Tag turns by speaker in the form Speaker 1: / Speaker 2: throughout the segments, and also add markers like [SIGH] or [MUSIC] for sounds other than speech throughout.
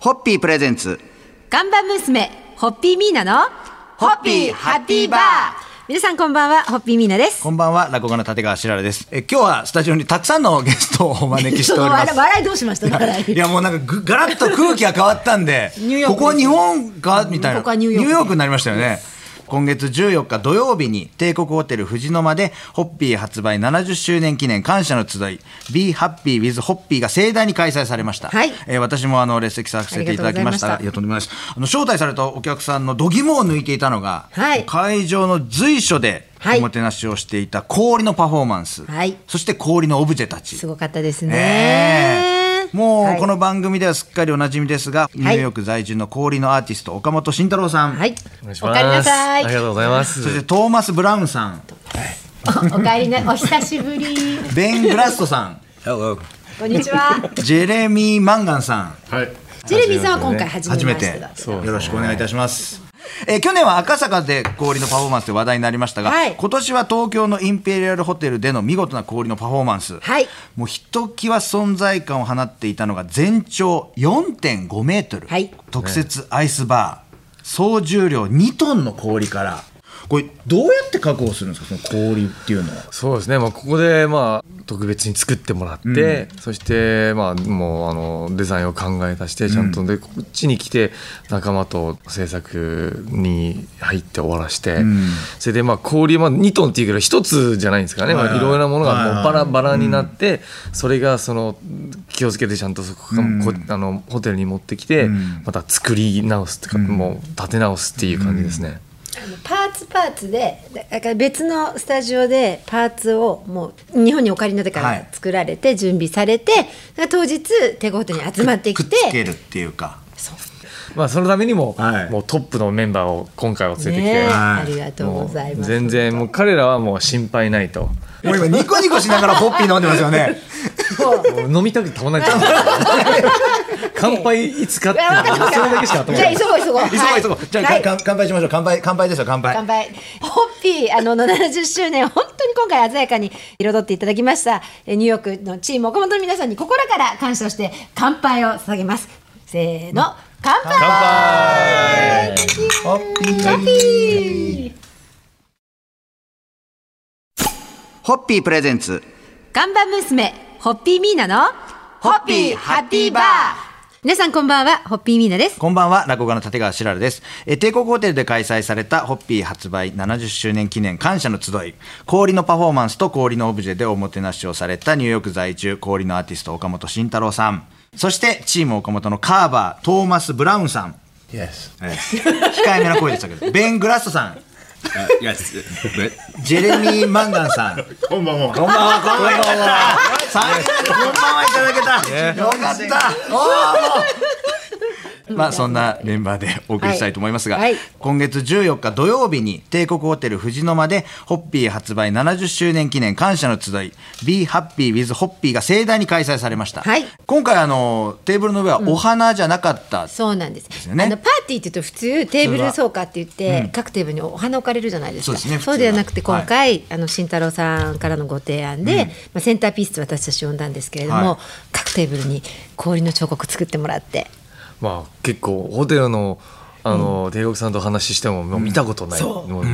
Speaker 1: ホッピープレゼンツ。
Speaker 2: ガンバ娘、ホッピーミーナの、
Speaker 1: ホッピーハッピーバー
Speaker 2: 皆さんこんばんは、ホッピーミーナです。
Speaker 3: こんばんは、落語家の立川しららです。え、今日はスタジオにたくさんのゲストをお招きしておりま
Speaker 2: 笑 [LAUGHS]
Speaker 3: す
Speaker 2: い。笑いどうしました笑い。
Speaker 3: いやもうなんかぐガラッと空気が変わったんで
Speaker 2: ニューヨークです
Speaker 3: ここは日本かみたいな
Speaker 2: ここはニューヨーク
Speaker 3: になりましたよね今月14日土曜日に帝国ホテル藤の間でホッピー発売70周年記念感謝の集い Be Happy with ホッピーが盛大に開催されました、
Speaker 2: はい
Speaker 3: えー私もあの列席させていただきましたが
Speaker 2: あ
Speaker 3: い
Speaker 2: り
Speaker 3: やとんでもないですあの招待されたお客さんの度肝を抜いていたのが、
Speaker 2: はい
Speaker 3: 会場の随所で
Speaker 2: はい
Speaker 3: おもてなしをしていた氷のパフォーマンス、
Speaker 2: はい
Speaker 3: そして氷のオブジェたち
Speaker 2: すごかったです
Speaker 3: ね
Speaker 2: ね
Speaker 3: え。もうこ
Speaker 2: の、
Speaker 3: の番組ではすっかりおなじみですが、ニューヨーク在住の氷のアーティスト岡本慎太郎さん、
Speaker 2: はい。お
Speaker 4: お願いします
Speaker 2: かえりなさい。
Speaker 4: ありがとうございます
Speaker 3: そしてトーマス・ブラウンさん
Speaker 2: おかえり
Speaker 4: [LAUGHS]
Speaker 2: な、お久しぶり。
Speaker 3: ベン・グラストさ
Speaker 2: [LAUGHS]
Speaker 3: ん
Speaker 2: こんにちは。
Speaker 3: ジェレミー・マンガンさん
Speaker 4: はい
Speaker 2: ジェレミーさんは今回初め
Speaker 3: 初め
Speaker 2: ましててだった。
Speaker 3: よろしくお願いいたします。えー去年は赤坂で氷のパフォーマンスで話題になりましたが、
Speaker 2: はい
Speaker 3: 今年は東京のインペリアルホテルでの見事な氷のパフォーマンス、
Speaker 2: はい
Speaker 3: もうひときわ存在感を放っていたのが全長4.5メートル、
Speaker 2: はい
Speaker 3: 特設アイスバー総重量2トンの氷からこれどうやって確保するんですかその氷っていうのは。
Speaker 4: そうですね、まあ、ここでまあ特別に作ってもらって、そしてまあもうあのデザインを考え出してちゃんとで、こっちに来て仲間と制作に入って終わらして、それでまあ氷、まあ、2トンっていうけど1つじゃないんですからね、
Speaker 3: はいはい
Speaker 4: まあ、いろいろなもの
Speaker 3: はい
Speaker 4: が
Speaker 3: はい
Speaker 4: も
Speaker 3: う
Speaker 4: バラバラになって、それがその気をつけてちゃんとそこ、こあのホテルに持ってきて、
Speaker 3: ん
Speaker 4: また作り直すとか、もう立て直すっていう感じですね。
Speaker 2: パーツパーツでだだから別のスタジオでパーツをもう日本にお借りになってか
Speaker 3: は
Speaker 2: ら
Speaker 3: い
Speaker 2: 作られて準備されて、だから当日手ごとに集まって
Speaker 3: く
Speaker 2: き
Speaker 3: っつけ
Speaker 2: て
Speaker 3: るっていうか。
Speaker 4: まあ、そのためにも、
Speaker 3: はい
Speaker 4: もうトップのメンバーを今回は連れてきて、
Speaker 2: ねえ
Speaker 3: はい
Speaker 2: ありがとうござい
Speaker 4: もう
Speaker 2: ます
Speaker 4: 全然もう彼らはもう心配な
Speaker 2: [LAUGHS]
Speaker 4: いと
Speaker 3: もう今ニコニコしながらホッピー飲んでますよね。
Speaker 4: もう飲みたくてたまんないです乾杯いつかっていう
Speaker 2: わかったわかった
Speaker 4: それだけしか頭に
Speaker 2: じゃあ
Speaker 4: ない
Speaker 2: 急ごう急ごう
Speaker 3: 急ごう急ごう。じゃあ、
Speaker 2: はい
Speaker 3: かん乾杯しましょう。乾杯乾杯ですよ乾杯。
Speaker 2: 乾杯ホッピーあの70周年本当に今回鮮やかに彩っていただきましたえニューヨークのチーム岡本の皆さんに心から感謝をして乾杯を捧げますせーの乾杯
Speaker 3: ホッピー
Speaker 2: ホッピー
Speaker 1: ホッピープレゼンツ。
Speaker 2: 看板娘ホッピーミーナの
Speaker 1: ホッピーハッピーバー
Speaker 2: 皆さんこんばんはホッピーミーナです
Speaker 3: こんばんは、落語家の立川しらるです。えー、帝国ホテルで開催されたホッピー発売70周年記念感謝の集い、氷のパフォーマンスと氷のオブジェでおもてなしをされたニューヨーク在住、氷のアーティスト岡本慎太郎さん。そして、チーム岡本のカーバー、トーマス・ブラウンさん。え [LAUGHS] ー控えめな声でしたけど、ベン・グラストさん。ジェレミー・マンガンさん。
Speaker 5: こんばんは。
Speaker 3: こんばんは、こんばんは。三人でこんばんはいただけた。よかった。おーもうまあそんなメンバーでお送りしたいと思いますが、
Speaker 2: はいはい
Speaker 3: 今月14日土曜日に帝国ホテル藤の間でホッピー発売70周年記念感謝の集い Be Happy with ホッピーが盛大に開催されました、
Speaker 2: はい
Speaker 3: 今回あのテーブルの上はお花じゃなかった、
Speaker 2: そうなんです
Speaker 3: すよね
Speaker 2: あのパーティーって言うと普通テーブル草加って言って、各テーブルにお花置かれるじゃないで
Speaker 3: そ
Speaker 2: すか
Speaker 3: うですね普通は
Speaker 2: ではなくて今回、あの慎太郎さんからのご提案で、まあ、センターピースと私たち呼んだんですけれども、
Speaker 3: はい
Speaker 2: 各テーブルに氷の彫刻作ってもらって
Speaker 4: まあ結構ホテルのあの、帝国さんとお話ししてももう見たことない、もう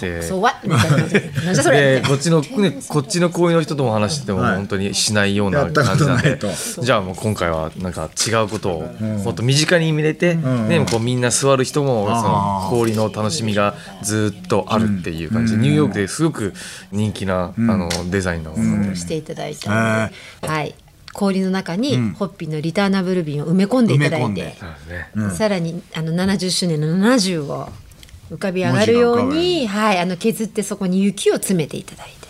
Speaker 4: で
Speaker 2: そうはみたいな感じでなんじゃそれ
Speaker 4: でこっちの、ね、こっちの公園の人とも話してても
Speaker 3: はい
Speaker 4: 本当にしないような感じなん
Speaker 3: やっ
Speaker 4: で
Speaker 3: たことない
Speaker 4: じゃあもう今回はなんか違うことをもっと身近に見れて、ね、こうみんな座る人もその氷の楽しみがずっとあるっていう感じで、ニューヨークですごく人気な、あのデザインなので、
Speaker 2: していただいたので、はい、氷の中にホッピーのリターナブル瓶を埋め込んでいただ
Speaker 3: 埋め込
Speaker 2: い
Speaker 3: ん
Speaker 2: て
Speaker 3: で、
Speaker 4: ね
Speaker 2: さらにあの70周年の70を浮かび上がるよう
Speaker 3: 文字
Speaker 2: に、はい、あの削ってそこに雪を詰めていただいて。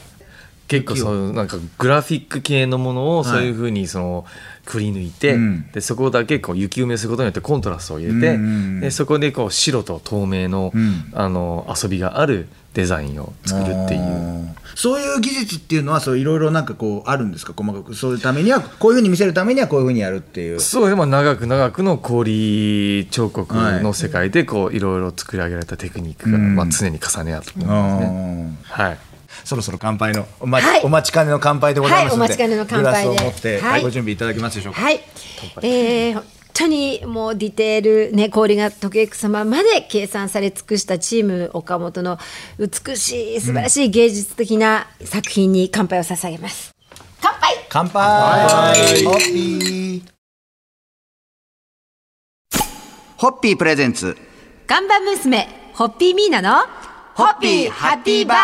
Speaker 4: 結構そういうなんかグラフィック系のものをそういうふうにそのくり抜いて、
Speaker 3: ん
Speaker 4: でそこだけこう雪埋めすることによってコントラストを入れて、
Speaker 3: うんうんうん
Speaker 4: でそこでこう白と透明の,、
Speaker 3: ん
Speaker 4: あの遊びがあるデザインを作るっていう。
Speaker 3: そういう技術っていうのはそういろいろなんかこうあるんですか細かくそういうためにはこういうふうに見せるためにはこういうふうにやるっていう
Speaker 4: そうでも長く長くの氷彫刻の世界でこういろいろ作り上げられたテクニックが、
Speaker 3: うん
Speaker 4: まあ、常に重ね合ってますね。
Speaker 3: あ
Speaker 4: はい
Speaker 3: ーそろそろ乾杯のお待,、
Speaker 2: はい
Speaker 3: お待ちかねの乾杯でございますので、
Speaker 2: はいお待ちかねの乾杯で
Speaker 3: グラスを持って、
Speaker 2: はい
Speaker 3: ご準備いただけますでしょうか、
Speaker 2: はい、えー当にもうディテール、ね、氷が時計く様まで計算され尽くしたチーム岡本の美しい素晴らしい芸術的な作品に乾杯を捧げます。乾杯
Speaker 3: 乾杯ホッピー
Speaker 1: ホッピープレゼンツ
Speaker 2: 看板娘、ホッピーミーナの、
Speaker 1: ホッピーハッピーバー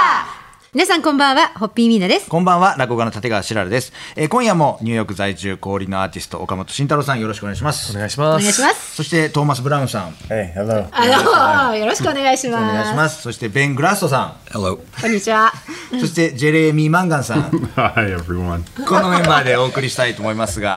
Speaker 2: 皆さんこんばんは、ホッピーミーナです。
Speaker 3: こんばんは、落語家の立川しらるです。えー今夜もニューヨーク在住氷のアーティスト、岡本慎太郎さん、よろしくお願いします。
Speaker 4: お願いし
Speaker 2: お
Speaker 4: ま
Speaker 2: 願い
Speaker 4: す
Speaker 2: します。
Speaker 3: そして、トーマス・ブラウンさん、
Speaker 5: Hey, hello.
Speaker 2: あの、よろしくお願いし
Speaker 3: お願いし
Speaker 2: ま
Speaker 3: ます。そして、ベン・グラストさ
Speaker 5: Hello.
Speaker 2: す。こんにちは。
Speaker 3: ん、そして、ジェレミー・マンガンさん、
Speaker 6: Hi, everyone.
Speaker 3: [LAUGHS] このメンバーでお送りしたいと思いますが、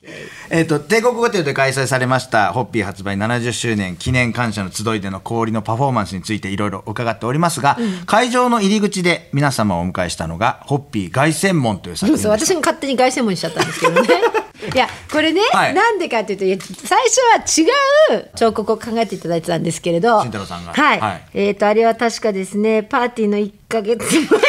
Speaker 3: えっと、帝国ホテルで開催されました、ホッピー発売70周年記念感謝の集いでの氷のパフォーマンスについていろいろ伺っておりますが、会場の入り口で皆様をお迎えしたのが、ホッピー凱旋門という作
Speaker 2: そ
Speaker 3: 品
Speaker 2: う
Speaker 3: で
Speaker 2: そう、私が勝手に凱旋門にしちゃったんです
Speaker 3: [LAUGHS]
Speaker 2: けどね。いやこれね、
Speaker 3: はい
Speaker 2: なんでかっていうといや最初は違う彫刻を考えていただいてたんですけれど
Speaker 3: 慎太郎さんが
Speaker 2: はい、
Speaker 3: はい
Speaker 2: えっ、とあれは確かですねパーティーの1か月前ぐら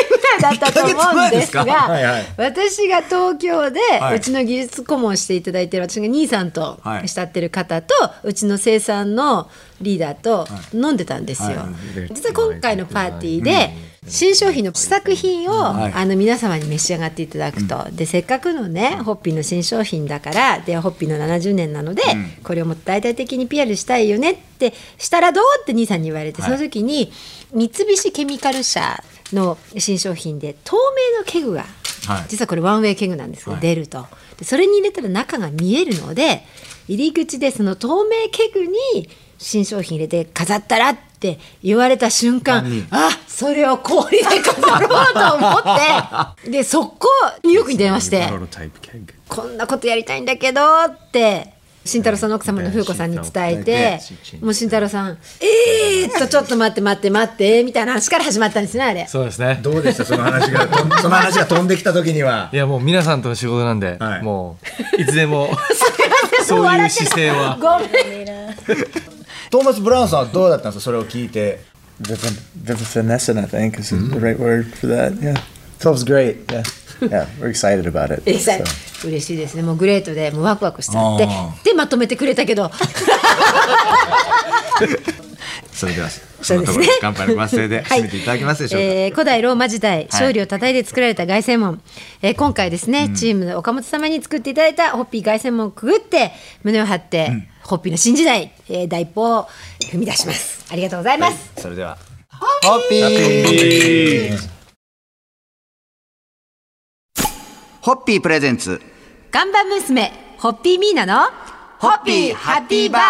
Speaker 2: いだったと思
Speaker 3: 1ヶ月
Speaker 2: うん
Speaker 3: 前
Speaker 2: で
Speaker 3: ですす
Speaker 2: が
Speaker 3: か
Speaker 5: はいはい
Speaker 2: 私が東京で、
Speaker 3: はいう
Speaker 2: ちの技術顧問をしていただいてる私が兄さんと
Speaker 3: はい
Speaker 2: 慕ってる方と、うちの生産のリーダーと飲んでたんですよ、実は今回のパーティーで新商品の試作品を、あの皆様に召し上がっていただくと、でせっかくのねホッピーの新商品だからでホッピーの70年なので、これをもっと大々的に PR したいよねってしたらどうって兄さんに言われて、その時に三菱ケミカル社の新商品で透明の器具が、
Speaker 3: はい
Speaker 2: 実はこれワンウェイ器具なんですけど、出るとでそれに入れたら中が見えるので入り口でその透明器具に新商品入れて飾ったらって言われた瞬間あそれを氷で飾ろうと思
Speaker 4: [LAUGHS]
Speaker 2: ってで速攻ニューヨークに電話して。
Speaker 4: Prototype keg.
Speaker 2: こんなことやりたいんだけどって慎太郎さんの奥様の風子さんに伝えてもう慎太郎さん「えーっとちょっと待って待って待って」みたいな話から始まったんですねあれ。
Speaker 4: そうですね。
Speaker 5: どうでしたその話が、
Speaker 3: [LAUGHS]
Speaker 5: とんその話が飛んできた時にはい
Speaker 4: やもう皆さんとの仕事なんで、
Speaker 5: はい
Speaker 4: もういつ
Speaker 3: [LAUGHS]
Speaker 4: でもそういう姿勢は
Speaker 2: [LAUGHS] ごめん
Speaker 3: トーマス・ブラウンさんはどうだったんですかそれを聞いて
Speaker 5: Viv- Vivisenescent, I think, is the right word for that. Yeah. So it was great. Yeah. Yeah, we're excited about it.
Speaker 2: えさ
Speaker 5: So.
Speaker 2: 嬉しいですねもうグレートでもうワクワクしちゃって
Speaker 3: あ
Speaker 2: でまとめてくれた
Speaker 3: [LAUGHS]
Speaker 2: けど
Speaker 3: それでは
Speaker 2: そ
Speaker 3: そうの
Speaker 2: で
Speaker 3: と
Speaker 2: す
Speaker 3: こ
Speaker 2: ね
Speaker 3: ろ乾杯のご発声で締めていただけますでしょうか、
Speaker 2: えー古代ローマ時代勝利をたたえて作られた凱旋門、えー今回ですね、チームの岡本様に作っていただいたホッピー凱旋門をくぐって胸を張って、ホッピーの新時代、えー第一歩を踏み出しますありがとうございます、
Speaker 3: それではホッピー
Speaker 1: ホッピープレゼンツ
Speaker 2: 看板娘ホッピーミーナの
Speaker 1: ホッピーハッピーバー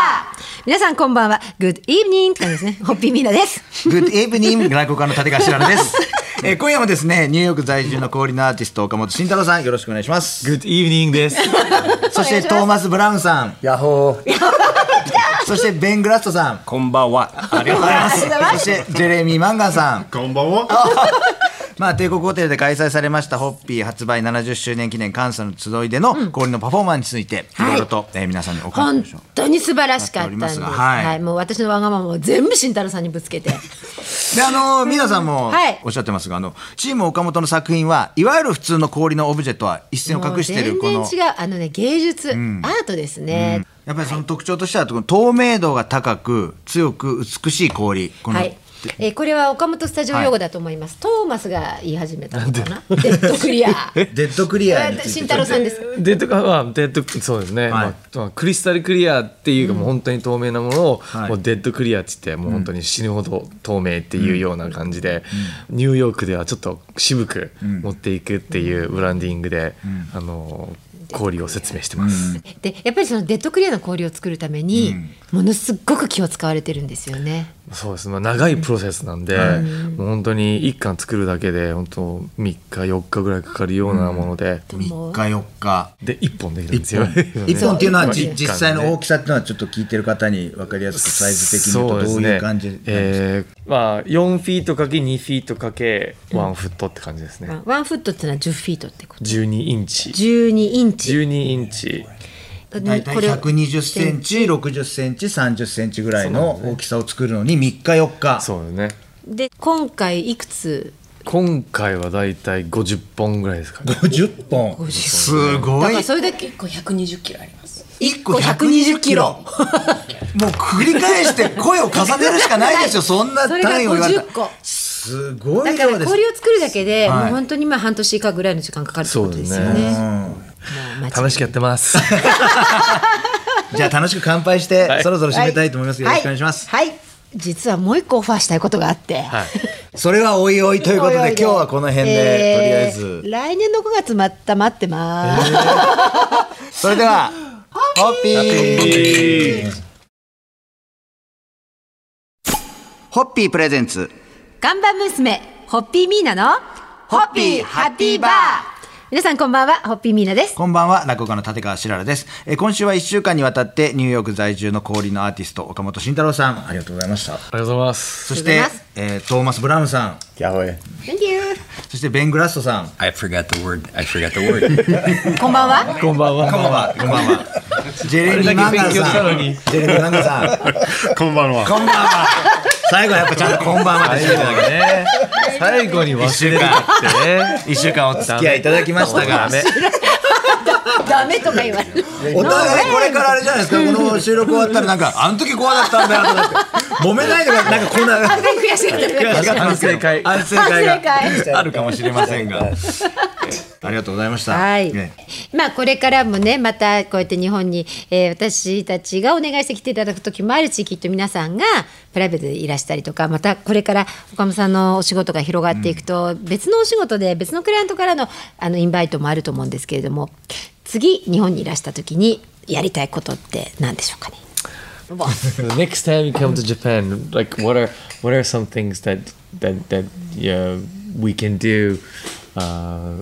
Speaker 2: 皆さんこんばんは Good evening って感じですねホッピーミーナです
Speaker 3: グッドイブニング外交家の立川しららです、 [LAUGHS] えー、今夜もですねニューヨーク在住の氷のアーティスト岡本慎太郎さんよろしくお願いします
Speaker 4: Good evening です
Speaker 3: そしてトーマス・ブラウンさん
Speaker 5: Yahoo!
Speaker 3: そしてベン・グラストさん
Speaker 7: こんばんは。ありがとうございます。
Speaker 3: [LAUGHS] そしてジェレミー・マンガンさん
Speaker 6: Konbanwa.
Speaker 3: まあ、帝国ホテルで開催されましたホッピー発売70周年記念感謝の集いでの氷のパフォーマンスについて、
Speaker 2: はい
Speaker 3: いろいろと、えー皆さんにお伺い
Speaker 2: 本
Speaker 3: しましょう
Speaker 2: 当に素晴らしかっ
Speaker 3: やって
Speaker 2: たんです
Speaker 3: おりますが
Speaker 2: は、
Speaker 3: はいい
Speaker 2: もう私のわがままを全部慎太郎さんにぶつけて
Speaker 3: であの皆さんも
Speaker 2: はい
Speaker 3: おっしゃってますが、あのチーム岡本の作品はいわゆる普通の氷のオブジェとは一線を
Speaker 2: もう
Speaker 3: 隠しているこ
Speaker 2: 全
Speaker 3: の
Speaker 2: 然違うあのね芸術、アートですね、
Speaker 3: やっぱりその特徴としてはこの透明度が高く強く美しい氷この、
Speaker 2: はい。えーこれは岡本スタジオ用語だと思います。トーマスが言い始めたのか [LAUGHS] な。デッドクリア。 [LAUGHS]
Speaker 3: デッドクリアについて
Speaker 2: 慎太郎さんです。
Speaker 4: デッドカまあデッドそうですね、まあまあクリスタルクリアっていうか、もう本当に透明なものを、もうデッドクリアって言ってもう本当に死ぬほど透明っていうような感じで、ニューヨークではちょっと渋く持っていくっていうブランディングで、あの氷を説明してます、
Speaker 2: で、やっぱりそのデッドクリアの氷を作るために、ものすごく気を使われてるんですよね。
Speaker 4: そうですね、まあ、長いプロセスなんで、もう本当に一巻作るだけで本当3日4日ぐらいかかるようなもので、
Speaker 3: 3日4日
Speaker 4: で1本できるんですよ
Speaker 3: 1本っていうのはじ
Speaker 4: 一巻ね
Speaker 3: 実際の大きさっていうのはちょっと聞いてる方に分かりやすくサイズ的に言うとどういう感じ
Speaker 4: そ
Speaker 3: な
Speaker 4: うんですね
Speaker 3: ですか
Speaker 4: えーまあ4フィートかけ2フィートかけ1フットって感じですね、
Speaker 2: ワンフットってのは10フィートってこと。
Speaker 4: 12インチ
Speaker 2: 12インチ。
Speaker 4: 12インチ
Speaker 3: 大体
Speaker 2: これを
Speaker 3: 120センチ、60センチ、30センチぐらいの大きさを作るのに3日4日。
Speaker 4: そうですね
Speaker 2: で、今回いくつ。
Speaker 4: 今回はだいたい50本ぐらいですかね
Speaker 3: 50本。す
Speaker 2: だ
Speaker 3: ご
Speaker 2: か
Speaker 3: い
Speaker 2: ら。それだけ。
Speaker 8: 結構120キロあります
Speaker 2: 1個120キロ。
Speaker 3: [LAUGHS] もう繰り返して声を重ねるしかないですよ、そんな
Speaker 2: それが
Speaker 3: 単位を言われたら
Speaker 2: 50個。
Speaker 3: すご
Speaker 2: だ
Speaker 3: い
Speaker 2: から
Speaker 3: 量です
Speaker 2: 氷。を作るだけで、
Speaker 3: はい
Speaker 2: もう本当にまあ半年以下ぐらいの時間かかるってことですよ
Speaker 4: そ
Speaker 2: ね。
Speaker 4: う
Speaker 2: もう間違いない
Speaker 4: 楽しくやってます。
Speaker 3: じゃあ楽しく乾杯して、そろそろ締めたいと思います。よろしくお願いします。
Speaker 2: はい、はい実はもう一個オファーしたいことがあって。
Speaker 3: それはおいおいということで、今日はこの辺で、とりあえず。
Speaker 2: ー来年の5月また待ってます。
Speaker 3: それでは、ホッピー
Speaker 1: ホッピープレゼンツ
Speaker 2: 看板娘、ホッピーミーナの、
Speaker 1: ホッピーハッピーバー
Speaker 2: 皆さんこんばんは、ホッピーミーナです。
Speaker 3: こんばんは、落語家の立川しららです。えー今週は1週間にわたって、ニューヨーク在住の氷のアーティスト、岡本慎太郎さん、ありがとうございました。
Speaker 4: ありがとうございます。
Speaker 3: そし
Speaker 2: あり
Speaker 3: て
Speaker 2: がとうございます、
Speaker 3: えートーマス・ブラウンさん、
Speaker 5: Yahweh.
Speaker 2: Thank you.
Speaker 3: そしてベン・グラストさん、
Speaker 7: I forgot the word. I forgot the word.
Speaker 2: こんばんは。
Speaker 4: こんばん
Speaker 3: こんばん
Speaker 4: は。
Speaker 3: は、こんばんは。ジェレミー・マンガンさん、ジェレミー・マンガンさん、
Speaker 6: こんばんは。
Speaker 3: こんばんは。最後はやっぱちゃんとこんばんはでしていただき
Speaker 4: ね、最後に忘れるってね。
Speaker 3: 一週間お付き合いいただきましたが、
Speaker 4: ダメ
Speaker 2: ダメとか言われる。
Speaker 3: お互いこれからあれじゃないですか、この収録終わったらなんか、あの時こうだったんだよとかって、揉めないでくださいなんかこんな。
Speaker 2: あ全然悔しがってる
Speaker 3: 悔しかったんですけど
Speaker 4: 反省会
Speaker 3: 反省
Speaker 2: 反省
Speaker 3: 会が
Speaker 2: 会
Speaker 3: あるかもしれませんが。えーありがとうございました。
Speaker 2: はい
Speaker 3: ね、
Speaker 2: まあこれからもねまたこうやって日本に、えー私たちがお願いして来ていただく時もあるしきっと皆さんがプライベートでいらしたりとかまたこれから岡本さんのお仕事が広がっていくと、別のお仕事で別のクライアントからのあのインバイトもあると思うんですけれども次日本にいらした時にやりたいことって何でしょ
Speaker 6: [LAUGHS]
Speaker 2: うかね
Speaker 6: the next time you come to Japan, like what are what are some things that that that yeah, we can do uh,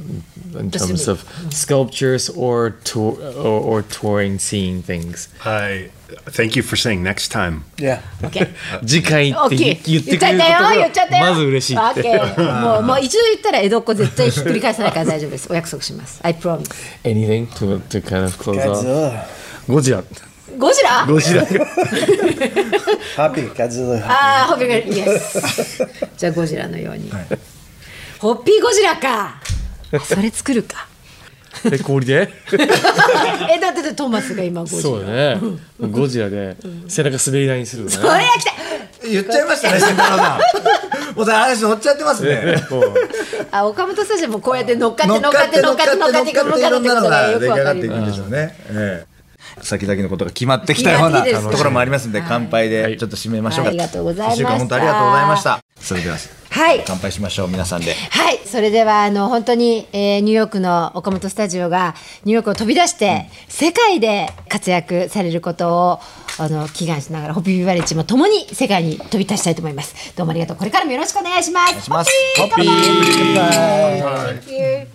Speaker 6: in terms of sculptures or tour or, or touring, seeing things?
Speaker 8: I thank you for saying next time.
Speaker 5: Yeah.
Speaker 6: [LAUGHS] 次回って言
Speaker 2: OK
Speaker 6: 言っ
Speaker 2: 言
Speaker 6: て
Speaker 2: っ
Speaker 6: く
Speaker 2: ちゃ
Speaker 6: れ
Speaker 2: っ
Speaker 6: ることが
Speaker 2: たよ言っちゃったよ
Speaker 6: まず嬉しいって [LAUGHS]
Speaker 2: OK もうもう一度言ったら江戸っ子絶対ひっくり返さないから大丈夫ですお約束します I promise
Speaker 6: anything to to kind of close off
Speaker 5: Godzilla.
Speaker 4: ゴジラ。
Speaker 2: ゴジラ
Speaker 4: ゴジラ。
Speaker 5: Happy Godzilla.
Speaker 2: ああ、ホッピーゴジラ、イエス。 [LAUGHS] じゃあ、ゴジラのように。ホッピーゴジラか。それ作るか。 [LAUGHS]
Speaker 6: え氷で
Speaker 2: え、だってだってトーマスが今ゴジラ。
Speaker 6: そう
Speaker 2: [LAUGHS]
Speaker 6: だねゴジラで背中滑り台にするのね
Speaker 2: これが来た。
Speaker 3: 言っちゃいましたね、慎太郎さん。もうさ、話乗っちゃってますね。
Speaker 2: あ、岡本さんじゃもうこうやって乗っかって乗
Speaker 3: 乗
Speaker 2: っかって乗っかって乗っかって乗っかって
Speaker 3: い
Speaker 2: 乗
Speaker 3: ろ
Speaker 2: っ
Speaker 3: ん
Speaker 2: か
Speaker 3: なの
Speaker 2: って
Speaker 3: が
Speaker 2: って
Speaker 3: 出
Speaker 2: こ
Speaker 3: 来上がっていく
Speaker 2: とがよくわか
Speaker 3: ん
Speaker 2: る。
Speaker 3: でしょうね。ええ先々のことが決まってきたような
Speaker 2: 決まっていいです
Speaker 3: ところもありますんで、乾杯でちょっと締めましょうか。
Speaker 2: ありがとうございました
Speaker 3: 一週間本当ありがとうございました。それでは、
Speaker 2: はい。
Speaker 3: 乾杯しましょう、皆さんで。
Speaker 2: はい、それではあの本当に、えーニューヨークの岡本スタジオがニューヨークを飛び出して、世界で活躍されることをあの祈願しながらホッピービバレッジも共に世界に飛び出したいと思います。どうもありがとう。これからもよろしくお願いします。
Speaker 3: します
Speaker 2: ホッピー
Speaker 3: ホッピー
Speaker 2: 乾杯 Thank you